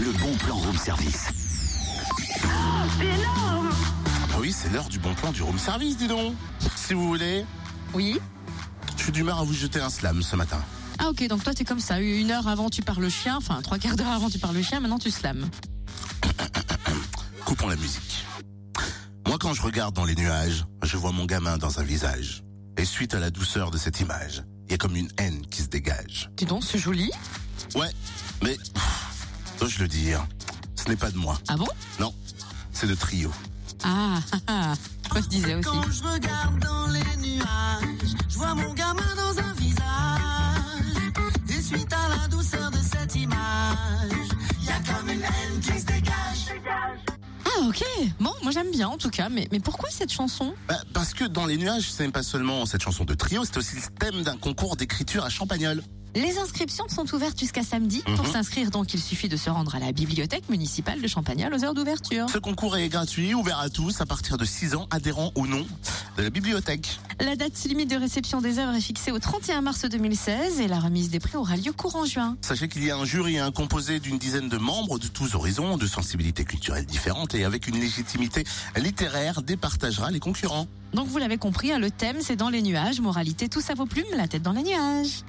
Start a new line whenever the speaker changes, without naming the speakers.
le bon plan room service.
Ah oui, c'est l'heure du bon plan du room service, dis donc. Si vous voulez,
Oui.
je suis d'humeur à vous jeter un slam ce matin.
Ah ok, donc toi t'es comme ça. Une heure avant tu pars le chien, enfin trois quarts d'heure avant tu pars le chien, maintenant tu slams.
Coupons la musique. Moi, quand je regarde dans les nuages, je vois mon gamin dans un visage. Et suite à la douceur de cette image, il y a comme une haine qui se dégage.
Dis donc, c'est joli.
Ouais, mais pff, dois-je le dire Ce n'est pas de moi.
Ah bon
Non, c'est de trio.
Ah, ah, ah. je disais aussi.
Quand je regarde dans les nuages, je vois mon gamin dans un visage. Et suite à la douceur de cette image, y a comme une haine qui se dégage.
Ah ok, bon, moi j'aime bien en tout cas, mais, mais pourquoi cette chanson
Bah, parce que dans les nuages, ce n'est pas seulement cette chanson de trio, c'est aussi le thème d'un concours d'écriture à Champagnol.
Les inscriptions sont ouvertes jusqu'à samedi. Pour
Mhm.
s'inscrire donc, il suffit de se rendre à la bibliothèque municipale de Champagnat aux heures d'ouverture.
Ce concours est gratuit, ouvert à tous à partir de 6 ans, adhérents ou non de la bibliothèque.
La date limite de réception des œuvres est fixée au 31 mars 2016 et la remise des prix aura lieu courant juin.
Sachez qu'il y a un jury hein, composé d'une dizaine de membres de tous horizons, de sensibilités culturelles différentes et avec une légitimité littéraire départagera les concurrents.
Donc vous l'avez compris, hein, le thème c'est dans les nuages, moralité tous à vos plumes, la tête dans les nuages.